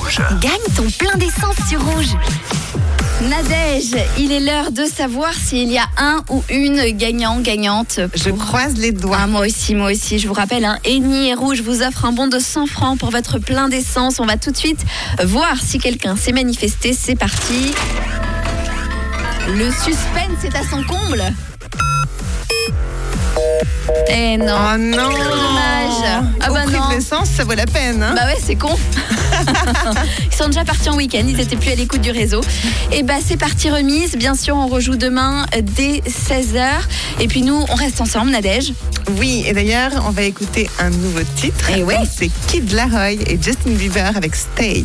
Rouge. Gagne ton plein d'essence sur rouge. Nadège, il est l'heure de savoir s'il y a un ou une gagnant, gagnante. Je pour- croise les Ah, doigts. moi aussi, moi aussi. Je vous rappelle, un Eni et Rouge vous offre un bon de 100 francs pour votre plein d'essence. On va tout de suite voir si quelqu'un s'est manifesté. C'est parti. Le suspense est à son comble. Eh non. Oh non Dommage. Ah Au bah prix non. de l'essence, ça vaut la peine. hein. Bah ouais, c'est con. ils sont déjà partis en week-end, ils étaient plus à l'écoute du réseau. Et bah c'est parti remise. Bien sûr, on rejoue demain dès 16h. Et puis nous, on reste ensemble, Nadège. Oui, et d'ailleurs, on va écouter un nouveau titre. Bah Eh ouais. C'est Kid Laroi et Justin Bieber avec Stay.